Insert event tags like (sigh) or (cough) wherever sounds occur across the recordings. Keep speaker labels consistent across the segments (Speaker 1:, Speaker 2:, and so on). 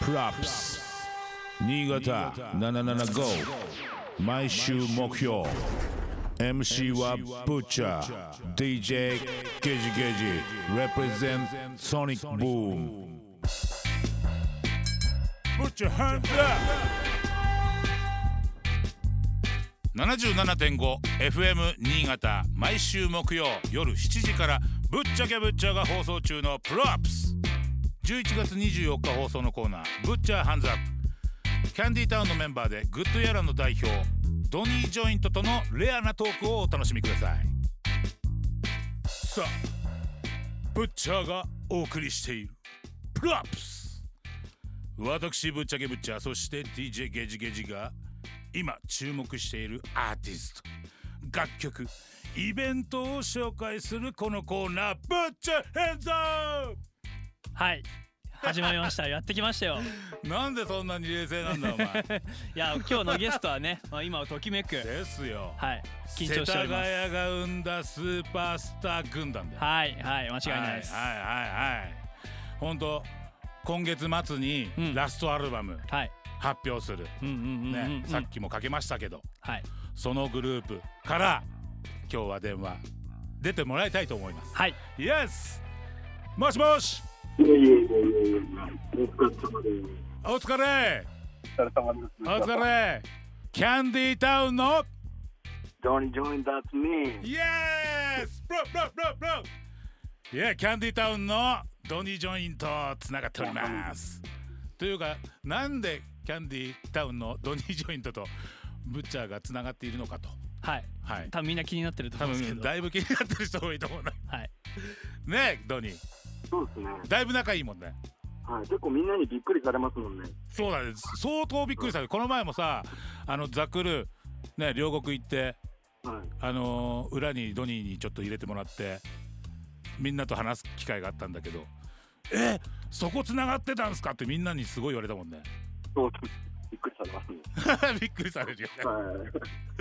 Speaker 1: プラップス新潟775毎週目標 MC はブッチャー DJ ゲジゲジ represent ソニックブーム Put your hands up!
Speaker 2: 77.5FM 新潟毎週木曜夜7時から「ぶっちゃけぶっちゃ」が放送中の「プロアップス」11月24日放送のコーナー「ぶっちゃハンズアップ」キャンディタウンのメンバーでグッドヤラの代表ドニー・ジョイントとのレアなトークをお楽しみくださいさあブッチャーがお送りしている「プロアップス」私ぶっちゃけぶっちゃそして DJ ゲジゲジが今注目しているアーティスト楽曲イベントを紹介するこのコーナー「ブッチャーヘンズアッ
Speaker 3: はい始まりましたやってきましたよ
Speaker 2: プ!」なんでそんなに冷静なんだお前
Speaker 3: いや今日のゲストはね、
Speaker 2: (laughs)
Speaker 3: まあ、今をときめく
Speaker 2: ですよ
Speaker 3: (laughs) はい緊張しており
Speaker 2: 世田
Speaker 3: ま
Speaker 2: 谷
Speaker 3: す
Speaker 2: が生んだスーパースター軍団だよ
Speaker 3: はいはい間違いないです
Speaker 2: はいはいはいはい本当今月末
Speaker 3: う
Speaker 2: に
Speaker 3: ん
Speaker 2: ラストアルバム
Speaker 3: はい
Speaker 2: 発表する、
Speaker 3: うんうんうんう
Speaker 2: ね、
Speaker 3: ん、
Speaker 2: さっきもかけましたけど
Speaker 3: はい
Speaker 2: そのグループから今日は電話出てもらいたいと思います
Speaker 3: はい
Speaker 2: イエスもしもし
Speaker 4: いやいやいやいやいや、お疲れ様です。
Speaker 2: お疲れ
Speaker 4: お疲れ様です。
Speaker 2: お疲れキャンディータウンの
Speaker 4: ジョニー・ジョイン、that's me。
Speaker 2: イエスブロブロブロブロいやキャンディータウンのドニー・ジョインとつながっておりますというかなんでキャンディータウンのドニー・ジョイントとブッチャーがつながっているのかと
Speaker 3: はい
Speaker 2: はい
Speaker 3: 多分みんな気になってると
Speaker 2: 多
Speaker 3: 思うんですけ
Speaker 2: 分
Speaker 3: ど
Speaker 2: だいぶ気になってる人多いと思うな
Speaker 3: はい
Speaker 2: ねえドニー
Speaker 4: そうですね。
Speaker 2: だいぶ仲いいもんね
Speaker 4: はい、結構みんなにびっくりされますもんね。
Speaker 2: そうだね相当びっくりしたこの前もさあのザクルね両国行って
Speaker 4: はい。
Speaker 2: あのー裏にドニーにちょっと入れてもらってみんなと話す機会があったんだけど「えそこつながってたんすか?」ってみんなにすごい言われたもんね
Speaker 4: そうですびっくりされます
Speaker 2: (laughs)
Speaker 4: ね。
Speaker 2: びっくりされるよね
Speaker 4: はい。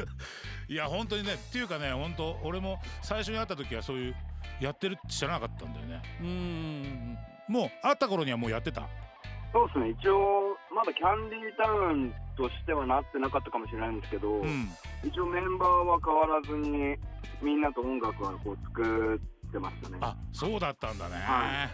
Speaker 2: いや本当にねっていうかね本当俺も最初に会った時はそういうやってるって知らなかったんだよね
Speaker 3: うーん
Speaker 2: もう会った頃にはもうやってた
Speaker 4: そうですね。一応、まだキャンディータウンとしてはなってなかったかもしれないんですけど、
Speaker 2: うん
Speaker 4: 一応メンバーは変わらずに、みんなと音楽はこう作ってましたね。
Speaker 2: あそうだったんだね、
Speaker 4: は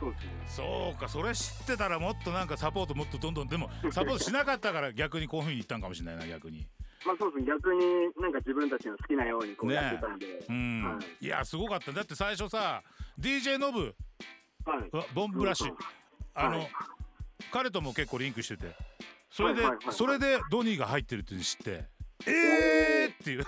Speaker 4: そうですね。
Speaker 2: そうかそれ知ってたらもっとなんかサポートもっとどんどんでもサポートしなかったから逆にこういうふうに言ったんかもしれないな逆に
Speaker 4: まあそうですね。逆になんか自分たちの好きなようにこう
Speaker 2: ね
Speaker 4: やってたんで。
Speaker 2: うん、、
Speaker 4: はい
Speaker 2: やすごかっただって最初さ DJ ノブ
Speaker 4: はい。
Speaker 2: あボンブラッシュあの、
Speaker 4: はい
Speaker 2: 彼とも結構リンクしててそれで、
Speaker 4: はいはいはいはい
Speaker 2: それでドニーが入ってるっていうの知ってえーっていう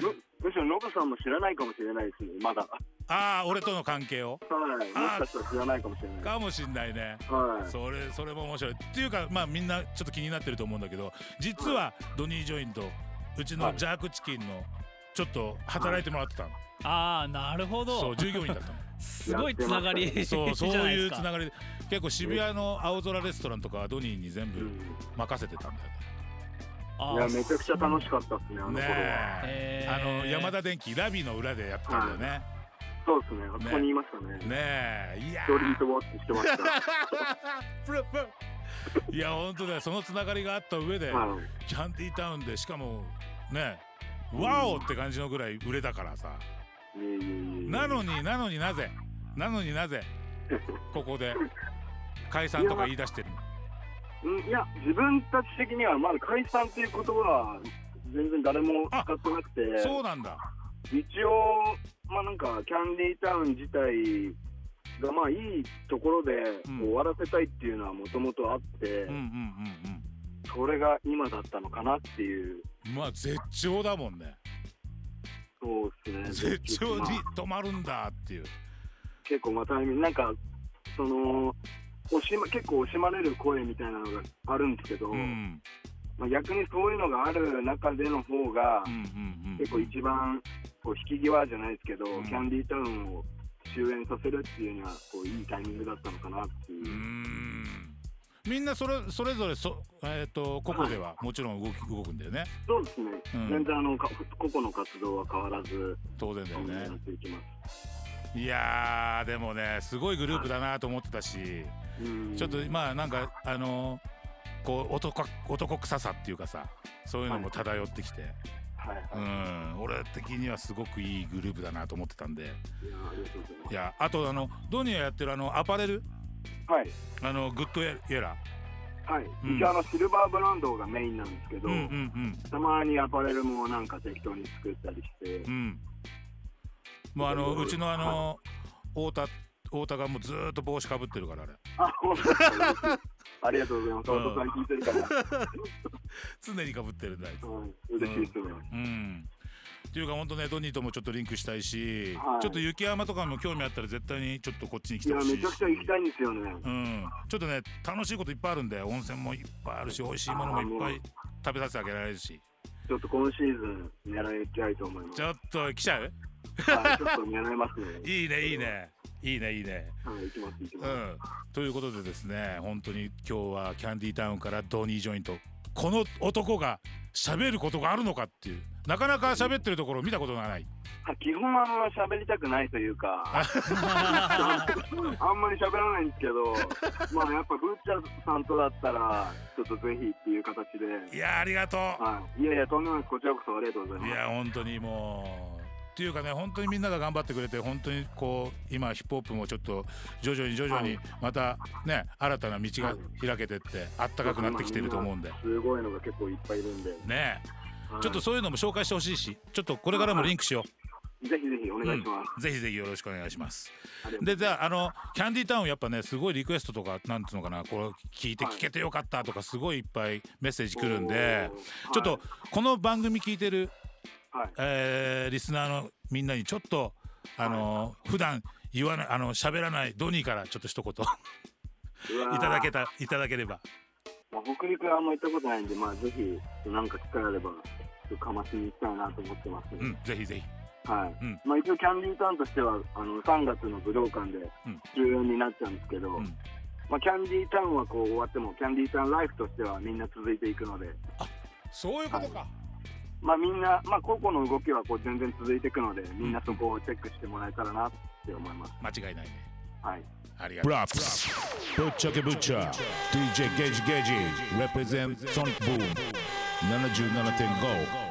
Speaker 4: むむしろノブさんも知らないかもしれないですね、まだ。
Speaker 2: ああ俺との関係を
Speaker 4: はい。 (laughs) も
Speaker 2: あー
Speaker 4: しかしたら知らないかもしれない。
Speaker 2: かもしんないね
Speaker 4: はい。
Speaker 2: それそれも面白いっていうかまあみんなちょっと気になってると思うんだけど実はドニー・ジョインとうち
Speaker 4: は
Speaker 2: の
Speaker 4: い
Speaker 2: ジャークチキンのちょっと働いてもらってたの、
Speaker 3: ああなるほ
Speaker 2: そう
Speaker 3: ど
Speaker 2: 従業員だったの
Speaker 3: すごいつながり (laughs) じゃ
Speaker 4: (laughs)
Speaker 2: そ
Speaker 3: な
Speaker 2: うそういうつ
Speaker 3: か
Speaker 2: ながりで結構渋谷の青空レストランとかはドニーに全
Speaker 4: う
Speaker 2: 部
Speaker 4: ん
Speaker 2: 任せてたんだよ
Speaker 3: あ
Speaker 4: い
Speaker 3: ー
Speaker 4: や、めちゃくちゃ楽しかったですね、あの
Speaker 2: ね
Speaker 4: 頃は。
Speaker 2: ねえ
Speaker 3: へ
Speaker 2: あ
Speaker 3: ー
Speaker 2: の山田電機ラビの裏でやってたんだよね
Speaker 4: そうですね、あそこにいましたね。
Speaker 2: ねえいや
Speaker 4: ス
Speaker 2: ー
Speaker 4: トリートウォッチしてました。は
Speaker 2: (laughs) プルプルいや本当だよそのつながりがあった上で
Speaker 4: い。
Speaker 2: キャンディータウンでしかもねワオって感じのぐらい売れたからさ
Speaker 4: いえいえいえ
Speaker 2: なのになのになぜなのになぜここで解散とか言い出してるの
Speaker 4: うんいや、自分たち的には、まだ解散っていう言葉は、全然誰も使ってなくて、
Speaker 2: そうなんだ
Speaker 4: 一応、まあなんか、キャンディータウン自体が、まあいいところで
Speaker 2: うん
Speaker 4: 終わらせたいっていうのはもともとあって、
Speaker 2: うんうんうんうん
Speaker 4: それが今だったのかなっていう。
Speaker 2: まあ絶頂だもんね
Speaker 4: そうですね。
Speaker 2: 絶頂に
Speaker 4: まあ
Speaker 2: 止まるんだっていう
Speaker 4: 結構またなんかその惜しま結構惜しまれる声みたいなのがあるんですけど、
Speaker 2: うん
Speaker 4: まあ、逆にそういうのがある中での方が、
Speaker 2: うんうんうん
Speaker 4: 結構一番こう引き際じゃないですけど、
Speaker 2: うん
Speaker 4: キャンディータウンを終焉させるっていうにはこういいタイミングだったのかなっていう
Speaker 2: ー
Speaker 4: う、
Speaker 2: んみんなそれそれぞれそ、えー、と個々ではもちろん動き動くんだよね
Speaker 4: そうですね、
Speaker 2: うん
Speaker 4: 全然あのか個々の活動は変わらず
Speaker 2: 当然だよ
Speaker 4: あの
Speaker 2: ね
Speaker 4: やっていきます
Speaker 2: いやーでもねすごいグループだなと思ってたし
Speaker 4: うん
Speaker 2: ちょっとまあなんかあのーこう男か男臭さっていうかさそういうのも漂ってきて、
Speaker 4: はい
Speaker 2: う
Speaker 4: は
Speaker 2: ん俺的にはすごくいいグループだなと思ってたんで
Speaker 4: いいやありがとうございま
Speaker 2: いやあとあのドニアやってるあのアパレル
Speaker 4: すはい
Speaker 2: あのグッドエラ
Speaker 4: はい、
Speaker 2: うん
Speaker 4: 一応あのシルバーブランドがメインなんですけど、
Speaker 2: うんうん
Speaker 4: たまにアパレルもなんか適当に作ったりして
Speaker 2: うんうんもうあのうちのあの太田太田がもうずーっと帽子かぶってるからあれ (laughs)
Speaker 4: あ本当ですかありがとうございます。
Speaker 2: うん
Speaker 4: お父さん聞いてるから、
Speaker 2: 常にかぶってるんだあいつ
Speaker 4: うん、嬉しいと思います。
Speaker 2: うんっていうか本当ねドニーともちょっとリンクしたいし、
Speaker 4: はい
Speaker 2: ちょっと雪山とかも興味あったら絶対にちょっとこっちに来
Speaker 4: い
Speaker 2: て
Speaker 4: や
Speaker 2: ほしいし
Speaker 4: めちゃくちゃ行きたいんですよね。
Speaker 2: うん、ちょっとね楽しいこといっぱいあるんで温泉もいっぱいあるし美味しいものもいっぱい食べさせてあげられるし
Speaker 4: ちょっと今シーズン狙いたいと思いま
Speaker 2: ち
Speaker 4: す。
Speaker 2: ょっと来ちゃう
Speaker 4: はい、ちょっと狙いますね。
Speaker 2: (laughs) いいねいいねいいねいいね
Speaker 4: はい、行きます行き
Speaker 2: う
Speaker 4: ます。
Speaker 2: んということでですね本当に今日はキャンディータウンからドニー・ジョイントこの男が喋ることがあるのかっていうなかなか喋ってるところを見たことがない
Speaker 4: あ基本あの喋りたくないとい
Speaker 2: (laughs)
Speaker 4: うか、あんまり喋らないんですけど、まあやっぱグッチャさんとだったらちょっとぜひっていう形
Speaker 2: い
Speaker 4: で。
Speaker 2: やーありがとう
Speaker 4: はい、いやいやとんでもないですこちらこそありがとうござい
Speaker 2: い
Speaker 4: ます。
Speaker 2: や本当にもうっていうかね本当にみんなが頑張ってくれて本当にこう今ヒップホップもちょっと徐々に徐々に
Speaker 4: は
Speaker 2: またね新たな道
Speaker 4: は
Speaker 2: が
Speaker 4: い
Speaker 2: 開けてってあったかくなってきてると思うんで。
Speaker 4: すごいのが結構いっぱいいるんで。
Speaker 2: ね
Speaker 4: はい
Speaker 2: ちょっとそういうのも紹介してほしいしちょっとこれからもリンクしよ
Speaker 4: ぜひぜひお
Speaker 2: う、う
Speaker 4: 願い
Speaker 2: ん
Speaker 4: します。、
Speaker 2: ぜひぜひよろしくお願いします
Speaker 4: ありがとうございます
Speaker 2: でじゃああのキャンディタウンやっぱねすごいリクエストとかなんつうのかなこれ聞いて
Speaker 4: はい
Speaker 2: 聞けてよかったとかすごいいっぱいメッセージ来るんで
Speaker 4: おー
Speaker 2: ちょっとこの番組聞いてる
Speaker 4: はいはい
Speaker 2: えーリスナーのみんなにちょっとあのー普段言わないあの喋らないドニーからちょっと一言
Speaker 4: うわー
Speaker 2: いただけたいただければ
Speaker 4: まあ、北陸はあんま行ったことないんで、まあ、ぜひなんか機会あればちょっとかましに行きたいなと思ってます、
Speaker 2: うんぜひぜひ
Speaker 4: はい
Speaker 2: うん
Speaker 4: まあ、一応キャンディータウンとしてはあの3月の武道館で
Speaker 2: うん
Speaker 4: 重要になっちゃうんですけど、
Speaker 2: うん
Speaker 4: まあ、キャンディータウンはこう終わってもキャンディータウンライフとしてはみんな続いていくので、
Speaker 2: そういうことか
Speaker 4: まあ、みんな、まあ、個々の動きはこう全然続いていくのでみんなそこをチェックしてもらえたらなって思います、
Speaker 2: 間違いないね
Speaker 4: はい、
Speaker 2: ありがとう
Speaker 1: Props. Butcher ke Butcher. DJ Gage Gage. Represent Sonic Boom. 77.5